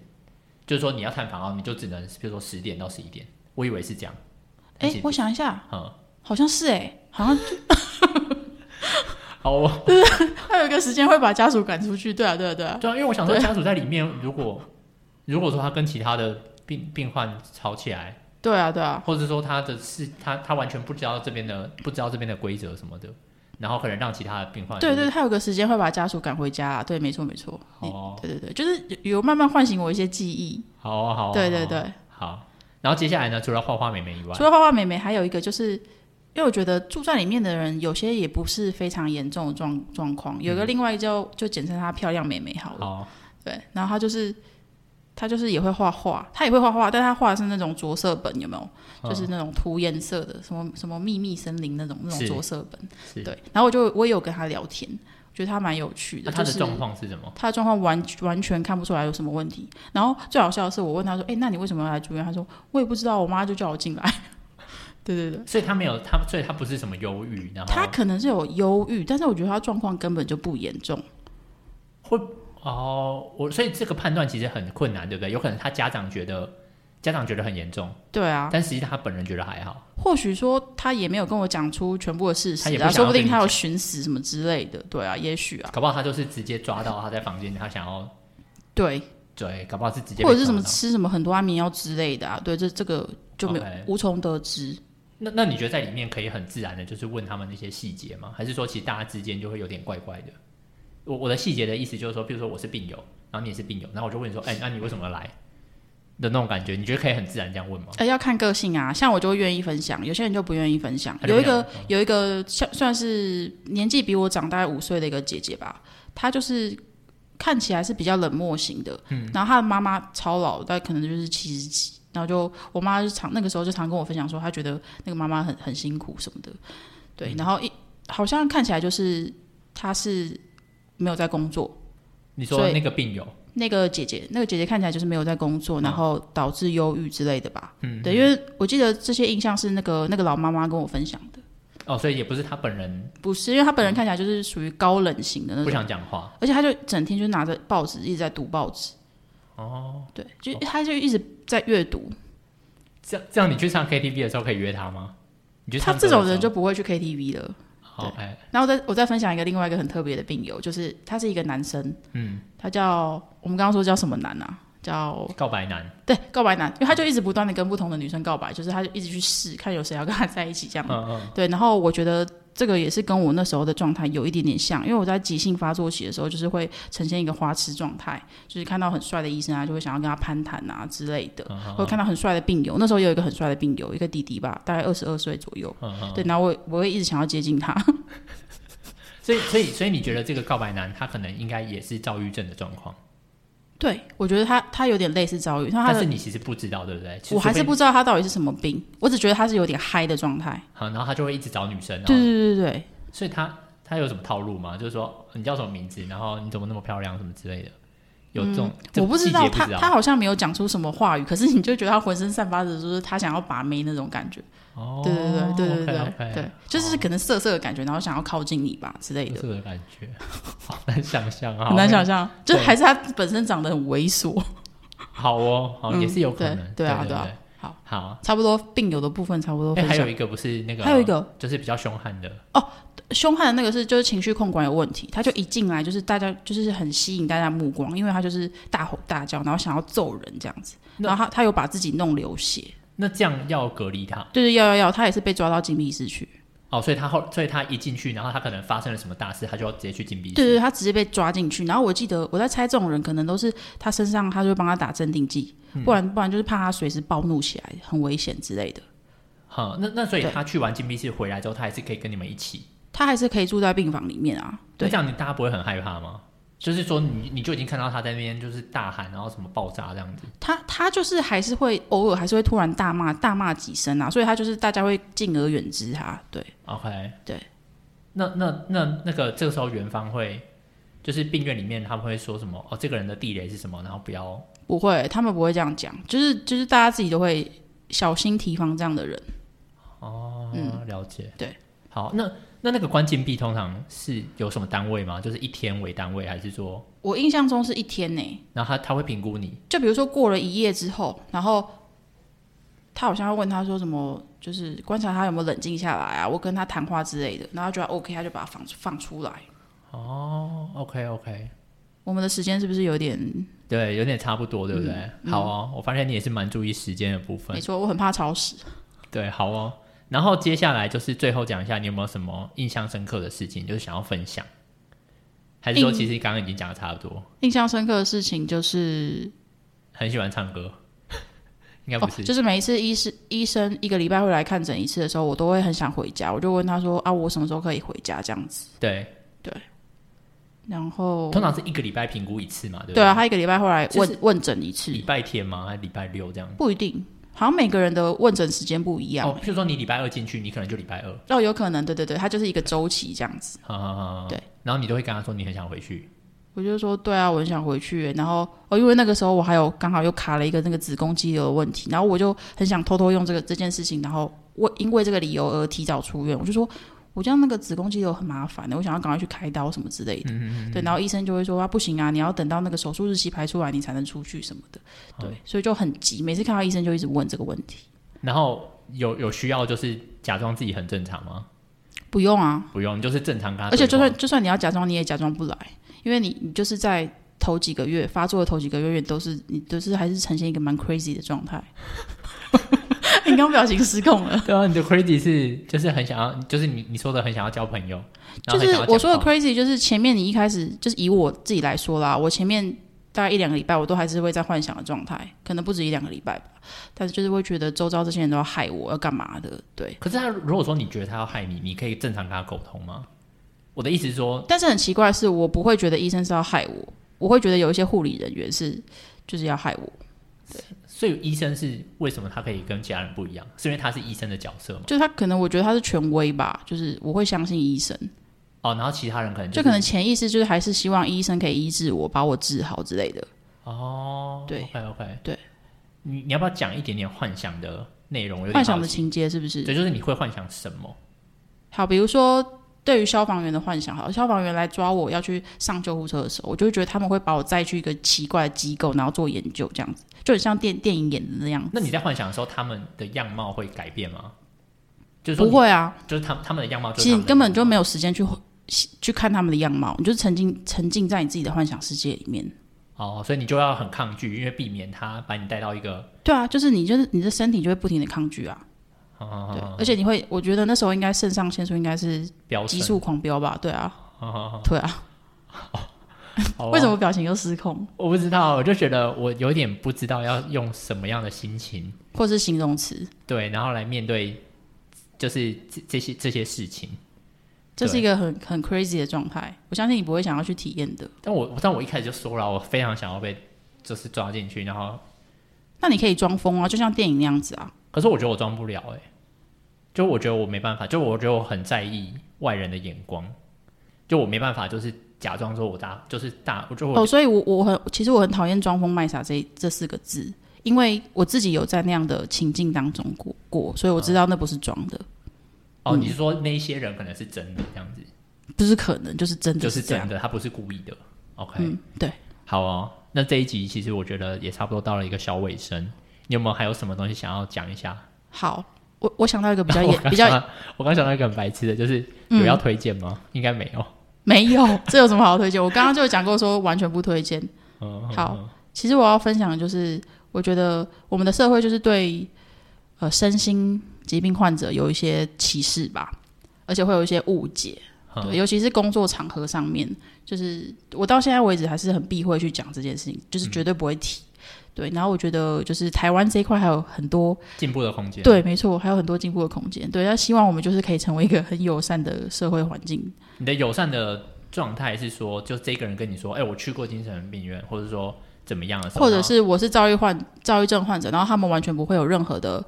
[SPEAKER 1] 就是说你要探访啊，你就只能比如说十点到十一点，我以为是这样。
[SPEAKER 2] 哎、
[SPEAKER 1] 但是
[SPEAKER 2] 我想一下，
[SPEAKER 1] 嗯，
[SPEAKER 2] 好像是哎、
[SPEAKER 1] [LAUGHS]
[SPEAKER 2] 好像
[SPEAKER 1] 好，我
[SPEAKER 2] 他有一个时间会把家属赶出去。对啊，对啊，对啊，
[SPEAKER 1] 对啊，因为我想说
[SPEAKER 2] 对
[SPEAKER 1] 家属在里面，如果如果说他跟其他的病病患吵起来，
[SPEAKER 2] 对啊，对啊，
[SPEAKER 1] 或者说他的是他他完全不知道这边的不知道这边的规则什么的，然后可能让其他的病患
[SPEAKER 2] 对对，他有个时间会把家属赶回家、啊对，没错，没错。你
[SPEAKER 1] 哦，
[SPEAKER 2] 对对对，就是有有慢慢唤醒我一些记忆。
[SPEAKER 1] 好啊好啊，
[SPEAKER 2] 对对
[SPEAKER 1] 好啊，
[SPEAKER 2] 对，
[SPEAKER 1] 好。然后接下来呢，除了画画妹妹以外
[SPEAKER 2] 除，了画画妹妹，还有一个就是，因为我觉得住在里面的人有些也不是非常严重的状状况。有一个另外一个叫就简称她漂亮妹妹好了。
[SPEAKER 1] 好
[SPEAKER 2] 对，然后她就是她就是也会画画，她也会画画，但她画的是那种着色本，有没
[SPEAKER 1] 嗯
[SPEAKER 2] 有？就是那种涂颜色的，什么什么秘密森林那种那种
[SPEAKER 1] 是
[SPEAKER 2] 着色本。
[SPEAKER 1] 是，
[SPEAKER 2] 对，然后我就我也有跟他聊天，我觉得他蛮有趣
[SPEAKER 1] 那
[SPEAKER 2] 的，
[SPEAKER 1] 他
[SPEAKER 2] 就
[SPEAKER 1] 啊的
[SPEAKER 2] 是
[SPEAKER 1] 状况是什么？
[SPEAKER 2] 他的状况完完全看不出来有什么问题。然后最好笑的是，我问他说：“哎、那你为什么要来住院？”他说：“我也不知道，我妈就叫我进来。”对对对，
[SPEAKER 1] 所以他没有他，所以他不是什么忧郁，然后
[SPEAKER 2] 他可能是有忧郁，但是我觉得他状况根本就不严重。
[SPEAKER 1] 哦，我所以这个判断其实很困难，对不对？有可能他家长觉得家长觉得很严重，
[SPEAKER 2] 对啊，
[SPEAKER 1] 但实际上他本人觉得还好。
[SPEAKER 2] 或许说他也没有跟我讲出全部的事
[SPEAKER 1] 他
[SPEAKER 2] 实
[SPEAKER 1] 也不
[SPEAKER 2] 啊，
[SPEAKER 1] 想
[SPEAKER 2] 说
[SPEAKER 1] 要
[SPEAKER 2] 不定
[SPEAKER 1] 跟你
[SPEAKER 2] 他有
[SPEAKER 1] 讲
[SPEAKER 2] 寻死什么之类的。对啊，也许啊，
[SPEAKER 1] 搞不好他就是直接抓到他在房间，他想要
[SPEAKER 2] 对，
[SPEAKER 1] 对，搞不好是直接被
[SPEAKER 2] 或者是
[SPEAKER 1] 抓
[SPEAKER 2] 什么
[SPEAKER 1] 到
[SPEAKER 2] 啊吃什么很多安眠药之类的啊。对，这这个就没有
[SPEAKER 1] OK
[SPEAKER 2] 无从得知。
[SPEAKER 1] 那那你觉得在里面可以很自然的，就是问他们那些细节吗？还是说其实大家之间就会有点怪怪的？我我的细节的意思就是说，比如说我是病友，然后你也是病友，然后我就问你说，哎、那你为什么来的那种感觉？你觉得可以很自然这样问吗？
[SPEAKER 2] 呃，要看个性啊，像我就会愿意分享，有些人就不愿意分享。
[SPEAKER 1] 他就
[SPEAKER 2] 有一
[SPEAKER 1] 不想
[SPEAKER 2] 个有一个像算是年纪比我长大概五岁的一个姐姐吧，她就是看起来是比较冷漠型的，
[SPEAKER 1] 嗯
[SPEAKER 2] 然后她的妈妈超老，但可能就是七十几，然后就我妈就常那个时候就常跟我分享说，她觉得那个妈妈很很辛苦什么的，
[SPEAKER 1] 嗯
[SPEAKER 2] 对，然后一好像看起来就是她是没有在工作，
[SPEAKER 1] 你说
[SPEAKER 2] 所以
[SPEAKER 1] 那个病友，
[SPEAKER 2] 那个姐姐，那个姐姐看起来就是没有在工作，
[SPEAKER 1] 嗯
[SPEAKER 2] 然后导致忧郁之类的吧。嗯，对，因为我记得这些印象是那个那个老妈妈跟我分享的，
[SPEAKER 1] 哦，所以也不是他本人
[SPEAKER 2] 不是，因为她本人看起来就是属于高冷型的那
[SPEAKER 1] 嗯不
[SPEAKER 2] 种，
[SPEAKER 1] 想讲话，
[SPEAKER 2] 而且她就整天就拿着报纸一直在读报纸。哦，对，就她就一直在阅读。
[SPEAKER 1] 这样这样你去唱 KTV 的时候可以约他吗？你去唱
[SPEAKER 2] 她
[SPEAKER 1] 歌
[SPEAKER 2] 这
[SPEAKER 1] 的
[SPEAKER 2] 种
[SPEAKER 1] 时
[SPEAKER 2] 人
[SPEAKER 1] 候
[SPEAKER 2] 就不会去 KTV 了。
[SPEAKER 1] 好哎，
[SPEAKER 2] 然后再我再分享一个另外一个很特别的病友，就是他是一个男生，
[SPEAKER 1] 嗯，
[SPEAKER 2] 他叫我们刚刚说叫什么男啊？叫
[SPEAKER 1] 告白男，
[SPEAKER 2] 对，告白男，因为他就一直不断的跟不同的女生告白，就是他就一直去试，看有谁要跟他在一起这样。
[SPEAKER 1] 嗯嗯，
[SPEAKER 2] 对，然后我觉得这个也是跟我那时候的状态有一点点像，因为我在急性发作期的时候，就是会呈现一个花痴状态，就是看到很帅的医生啊，就会想要跟他攀谈啊之类的，或者看到很帅的病友，那时候有一个很帅的病友，一个弟弟吧，大概二十二岁左右。对，然后我我会一直想要接近他， [LAUGHS]
[SPEAKER 1] 所以所以所以你觉得这个告白男他可能应该也是躁郁症的状况，
[SPEAKER 2] 对我觉得他他有点类似遭遇，像他
[SPEAKER 1] 但
[SPEAKER 2] 的
[SPEAKER 1] 是你其实不知道，对不对？
[SPEAKER 2] 我还是不
[SPEAKER 1] 说
[SPEAKER 2] 知道他到底是什么病，我只觉得他是有点嗨的状态。
[SPEAKER 1] 定好，然后他就会一直找女生，然后
[SPEAKER 2] 对对对对对。
[SPEAKER 1] 所以他他有什么套路吗？就是说你叫什么名字，然后你怎么那么漂亮，什么之类的，有这种、这
[SPEAKER 2] 嗯我不知道
[SPEAKER 1] 细节
[SPEAKER 2] 他
[SPEAKER 1] 不知道
[SPEAKER 2] 他好像没有讲出什么话语，可是你就觉得他浑身散发着就是他想要把妹那种感觉，
[SPEAKER 1] 哦，
[SPEAKER 2] 对对对对对对
[SPEAKER 1] OK，OK
[SPEAKER 2] 对，就是可能涩涩的感觉，然后想要靠近你吧之类
[SPEAKER 1] 有
[SPEAKER 2] 的，
[SPEAKER 1] 这个感觉，好难想象啊，
[SPEAKER 2] 很难想象，就
[SPEAKER 1] 对
[SPEAKER 2] 还是他本身长得很猥琐，
[SPEAKER 1] 好哦，好、
[SPEAKER 2] 嗯
[SPEAKER 1] 也是有可能，
[SPEAKER 2] 对对啊
[SPEAKER 1] 对
[SPEAKER 2] 对啊
[SPEAKER 1] 对
[SPEAKER 2] 好，
[SPEAKER 1] 好。
[SPEAKER 2] 差不多病友的部分差不多
[SPEAKER 1] 哎、
[SPEAKER 2] 分
[SPEAKER 1] 还有
[SPEAKER 2] 享。
[SPEAKER 1] 一个不是那个，
[SPEAKER 2] 还有一个
[SPEAKER 1] 就是比较凶悍的，
[SPEAKER 2] 凶悍的那个是就是情绪控管有问题，他就一进来就是大家就是很吸引大家目光，因为他就是大吼大叫，然后想要揍人这样子，
[SPEAKER 1] 那
[SPEAKER 2] 然后他他有把自己弄流血，
[SPEAKER 1] 那这样要隔离他
[SPEAKER 2] 对对要要要，他也是被抓到禁闭室去。
[SPEAKER 1] 哦，所以他后，所以他一进去，然后他可能发生了什么大事，他就要直接去禁闭室。
[SPEAKER 2] 对对，他直接被抓进去。然后我记得我在猜，这种人可能都是他身上，他就会帮他打镇定剂，不然不然就是怕他随时暴怒起来，很危险之类的。
[SPEAKER 1] 好、那那所以
[SPEAKER 2] 对
[SPEAKER 1] 他去完禁闭室回来之后，他还是可以跟你们一起。
[SPEAKER 2] 他还是可以住在病房里面啊。
[SPEAKER 1] 那
[SPEAKER 2] 对
[SPEAKER 1] 这样你大家不会很害怕吗？就是说你你就已经看到他在那边就是大喊，然后什么爆炸这样子。
[SPEAKER 2] 他，他就是还是会偶尔还是会突然大骂大骂几声啊，所以他就是大家会敬而远之他。对，
[SPEAKER 1] OK，
[SPEAKER 2] 对。
[SPEAKER 1] 那那那那个这个时候，元芳会就是病院里面他们会说什么？哦，这个人的地雷是什么？然后不要
[SPEAKER 2] 不会，他们不会这样讲，就是就是大家自己都会小心提防这样的人。
[SPEAKER 1] 哦，了解。
[SPEAKER 2] 嗯对，
[SPEAKER 1] 好，那那那个关禁闭通常是有什么单位吗？就是一天为单位，还是说，
[SPEAKER 2] 我印象中是一天呢、
[SPEAKER 1] 然后他他会评估你？
[SPEAKER 2] 就比如说过了一夜之后，然后他好像要问他说什么，就是观察他有没有冷静下来啊，我跟他谈话之类的，然后他觉得 OK，他就把他放放出来。
[SPEAKER 1] 哦，OK OK，
[SPEAKER 2] 我们的时间是不是有点？
[SPEAKER 1] 对，有点差不多，对不对？好哦，我发现你也是蛮注意时间的部分
[SPEAKER 2] 嗯没。错，我很怕超时。
[SPEAKER 1] 对，好哦。然后接下来就是最后讲一下，你有没有什么印象深刻的事情，就是想要分享？还是说
[SPEAKER 2] 印
[SPEAKER 1] 其实刚刚已经讲的差不多？
[SPEAKER 2] 印象深刻的事情就是，
[SPEAKER 1] 很喜欢唱歌，应该
[SPEAKER 2] 哦
[SPEAKER 1] 不，是。
[SPEAKER 2] 就是每一次医师医生一个礼拜会来看诊一次的时候，我都会很想回家，我就问他说啊，我什么时候可以回家这样子。
[SPEAKER 1] 对，
[SPEAKER 2] 然后
[SPEAKER 1] 通常是一个礼拜评估一次嘛，对不
[SPEAKER 2] 哦对啊，他一个礼拜会来
[SPEAKER 1] 就
[SPEAKER 2] 问、
[SPEAKER 1] 是
[SPEAKER 2] 问诊一次
[SPEAKER 1] 礼，拜天吗？还是礼拜六这样？
[SPEAKER 2] 不一定，好像每个人的问诊时间不一样。
[SPEAKER 1] 哦，譬如说你礼拜二进去，你可能就礼拜二，
[SPEAKER 2] 哦，有可能，对对对，它就是一个周期这样子。
[SPEAKER 1] 哈哈哈。
[SPEAKER 2] 对，
[SPEAKER 1] 然后你都会跟他说你很想回去，
[SPEAKER 2] 我就说，对啊，我很想回去耶。然后哦，因为那个时候我还有刚好又卡了一个那个子宫肌瘤的问题，然后我就很想偷偷用这个这件事情，然后我因为这个理由而提早出院。我就说，我这样那个子宫肌瘤很麻烦的，欸我想要赶快去开刀什么之类的。对，然后医生就会说啊，不行啊，你要等到那个手术日期排出来，你才能出去什么的。对，所以就很急，每次看到医生就一直问这个问题。
[SPEAKER 1] 然后有有需要就是假装自己很正常吗？
[SPEAKER 2] 不用啊，
[SPEAKER 1] 不用，你就是正常跟他
[SPEAKER 2] 而
[SPEAKER 1] 对话。
[SPEAKER 2] 且就算就算你要假装，你也假装不来，因为你你就是在头几个月 [LAUGHS] 发作的头几个月，都是你都是还是呈现一个蛮 crazy 的状态，应刚表情失控
[SPEAKER 1] [LAUGHS]
[SPEAKER 2] 了。
[SPEAKER 1] 对啊，你的 crazy 是就是很想要，就是你你说的很想要交朋友，然
[SPEAKER 2] 就
[SPEAKER 1] 后很
[SPEAKER 2] 是
[SPEAKER 1] 想要讲
[SPEAKER 2] 我说的
[SPEAKER 1] 话
[SPEAKER 2] crazy，就是前面你一开始就是以我自己来说啦，我前面大概一两个礼拜，我都还是会在幻想的状态，可能不止一两个礼拜吧。但是就是会觉得周遭这些人都要害我，要干嘛的，对。
[SPEAKER 1] 可是他如果说你觉得他要害你，你可以正常跟他沟通吗？我的意思是说，
[SPEAKER 2] 但是很奇怪的是，我不会觉得医生是要害我，我会觉得有一些护理人员是就是要害我，
[SPEAKER 1] 所以医生是为什么他可以跟其他人不一样？是因为他是医生的角色嘛？
[SPEAKER 2] 就是他可能我觉得他是权威吧，就是我会相信医生，
[SPEAKER 1] 哦，然后其他人可能
[SPEAKER 2] 就是可能潜意识就是还是希望医生可以医治我，把我治好之类的。
[SPEAKER 1] 哦，
[SPEAKER 2] 对
[SPEAKER 1] ，OK OK，
[SPEAKER 2] 对，
[SPEAKER 1] 你你要不要讲一点点幻想的内容？我有点
[SPEAKER 2] 幻想
[SPEAKER 1] 好
[SPEAKER 2] 的
[SPEAKER 1] 奇
[SPEAKER 2] 情节是不是？
[SPEAKER 1] 对，就是你会幻想什么？
[SPEAKER 2] 好，比如说对于消防员的幻想，好，消防员来抓我要去上救护车的时候，我就会觉得他们会把我载去一个奇怪的机构，然后做研究这样子，就很像电电影演的那样。
[SPEAKER 1] 那你在幻想的时候，他们的样貌会改变吗？就是说
[SPEAKER 2] 不
[SPEAKER 1] 你，
[SPEAKER 2] 会啊，
[SPEAKER 1] 就是他他们的样貌就是
[SPEAKER 2] 其
[SPEAKER 1] 他
[SPEAKER 2] 实你
[SPEAKER 1] 们的
[SPEAKER 2] 根本
[SPEAKER 1] 样
[SPEAKER 2] 就
[SPEAKER 1] 貌
[SPEAKER 2] 没有时间去去看他们的样貌，你就是沉浸沉浸在你自己的幻想世界里面。
[SPEAKER 1] 哦，所以你就要很抗拒，因为避免他把你带到一个
[SPEAKER 2] 对啊，就是你就是你的身体就会不停的抗拒啊，
[SPEAKER 1] 哦
[SPEAKER 2] 对，而且你会，我觉得那时候应该肾上腺素应该是
[SPEAKER 1] 标
[SPEAKER 2] 急
[SPEAKER 1] 准。
[SPEAKER 2] 速狂飙吧，对啊，
[SPEAKER 1] 哦
[SPEAKER 2] 对啊，
[SPEAKER 1] 好啊
[SPEAKER 2] 为什么表情又失控，
[SPEAKER 1] 我不知道？我就觉得我有点不知道要用什么样的心情
[SPEAKER 2] 或是形容词？
[SPEAKER 1] 对，然后来面对就是这这些这些事情。
[SPEAKER 2] 这是
[SPEAKER 1] 对
[SPEAKER 2] 一个很很 crazy 的状态，我相信你不会想要去体验的。
[SPEAKER 1] 但我但我一开始就说了，我非常想要被就是抓进去，然后
[SPEAKER 2] 那你可以装疯啊，就像电影那样子啊。
[SPEAKER 1] 可是我觉得我装不了哎、就我觉得我没办法，就我觉得我很在意外人的眼光，就我没办法就是假装说我大就是大，我就我、
[SPEAKER 2] 哦，所以我我很其实我很讨厌“装疯卖傻这”这四个字，因为我自己有在那样的情境当中过过，所以我知道那不是装的，
[SPEAKER 1] 哦，
[SPEAKER 2] 嗯
[SPEAKER 1] 你是说那一些人可能是真的这样子，
[SPEAKER 2] 不是可能，就是真
[SPEAKER 1] 就
[SPEAKER 2] 的
[SPEAKER 1] 是
[SPEAKER 2] 这样。
[SPEAKER 1] 真的，他不是故意的。OK，、
[SPEAKER 2] 嗯，对，
[SPEAKER 1] 好哦，那这一集其实我觉得也差不多到了一个小尾声，你有没有还有什么东西想要讲一下？
[SPEAKER 2] 好，我我想到一个比较
[SPEAKER 1] [LAUGHS] 我
[SPEAKER 2] 严
[SPEAKER 1] 刚
[SPEAKER 2] 比较嗯
[SPEAKER 1] 想到我刚想到一个很白痴的，就是有要推荐吗？应该没有。
[SPEAKER 2] 没有，这有什么好推荐？我刚刚就有讲过说完全不推荐，
[SPEAKER 1] 嗯，
[SPEAKER 2] 好，其实我要分享的就是，我觉得我们的社会就是对呃身心疾病患者有一些歧视吧，而且会有一些误解，
[SPEAKER 1] 嗯
[SPEAKER 2] 对，尤其是工作场合上面，就是我到现在为止还是很避讳去讲这件事情，就是绝对不会提。对，然后我觉得就是台湾这一块还有很多
[SPEAKER 1] 进步的空间。，
[SPEAKER 2] 对，没错，还有很多进步的空间。对，那希望我们就是可以成为一个很友善的社会环境。
[SPEAKER 1] 你的友善的状态是说，就这个人跟你说，哎、我去过精神病院，或者说怎么样的时候，
[SPEAKER 2] 或者是我是躁郁患躁郁症患者，然后他们完全不会有任何的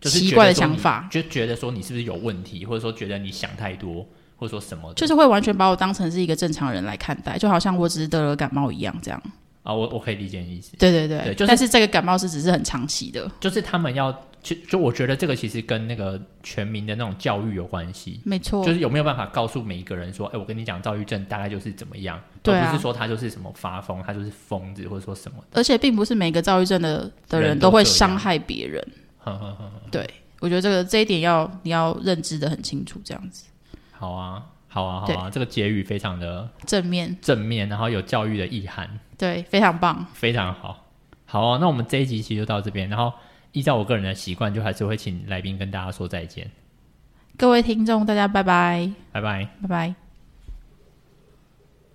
[SPEAKER 1] 就是
[SPEAKER 2] 奇
[SPEAKER 1] 觉
[SPEAKER 2] 怪
[SPEAKER 1] 得
[SPEAKER 2] 的
[SPEAKER 1] 说
[SPEAKER 2] 想
[SPEAKER 1] 你
[SPEAKER 2] 法
[SPEAKER 1] 就觉得说你是不是有问题，或者说觉得你想太多，或者说什么的。
[SPEAKER 2] 就是会完全把我当成是一个正常人来看待，就好像我只是得了感冒一样，这样。
[SPEAKER 1] 啊，我我可以理解你的意思，
[SPEAKER 2] 对对对，
[SPEAKER 1] 对就是
[SPEAKER 2] 但是这个感冒是只是很长期的，
[SPEAKER 1] 就是他们要就就我觉得这个其实跟那个全民的那种教育有关系。
[SPEAKER 2] 没错
[SPEAKER 1] 就。是有没有办法告诉每一个人说，哎、我跟你讲，躁郁症大概就是怎么样，
[SPEAKER 2] 对啊
[SPEAKER 1] 而不是说他就是什么发疯，他就是疯子，或者说什 [LAUGHS] 么
[SPEAKER 2] 而且并不是每个躁郁症的的
[SPEAKER 1] 人
[SPEAKER 2] 人
[SPEAKER 1] 都
[SPEAKER 2] 都会
[SPEAKER 1] 这样
[SPEAKER 2] 伤害别人，
[SPEAKER 1] 呵呵呵呵，
[SPEAKER 2] 对我觉得这个这一点要你要认知的很清楚，这样子
[SPEAKER 1] 好啊，好啊，好啊，这个结语非常的
[SPEAKER 2] 正面
[SPEAKER 1] 正面，然后有教育的意涵，
[SPEAKER 2] 对非常棒。
[SPEAKER 1] 非常好。好、啊，那我们这一集其实就到这边，然后依照我个人的习惯，就还是会请来宾跟大家说再见，
[SPEAKER 2] 各位听众，大家拜拜，
[SPEAKER 1] 拜拜。
[SPEAKER 2] 拜拜。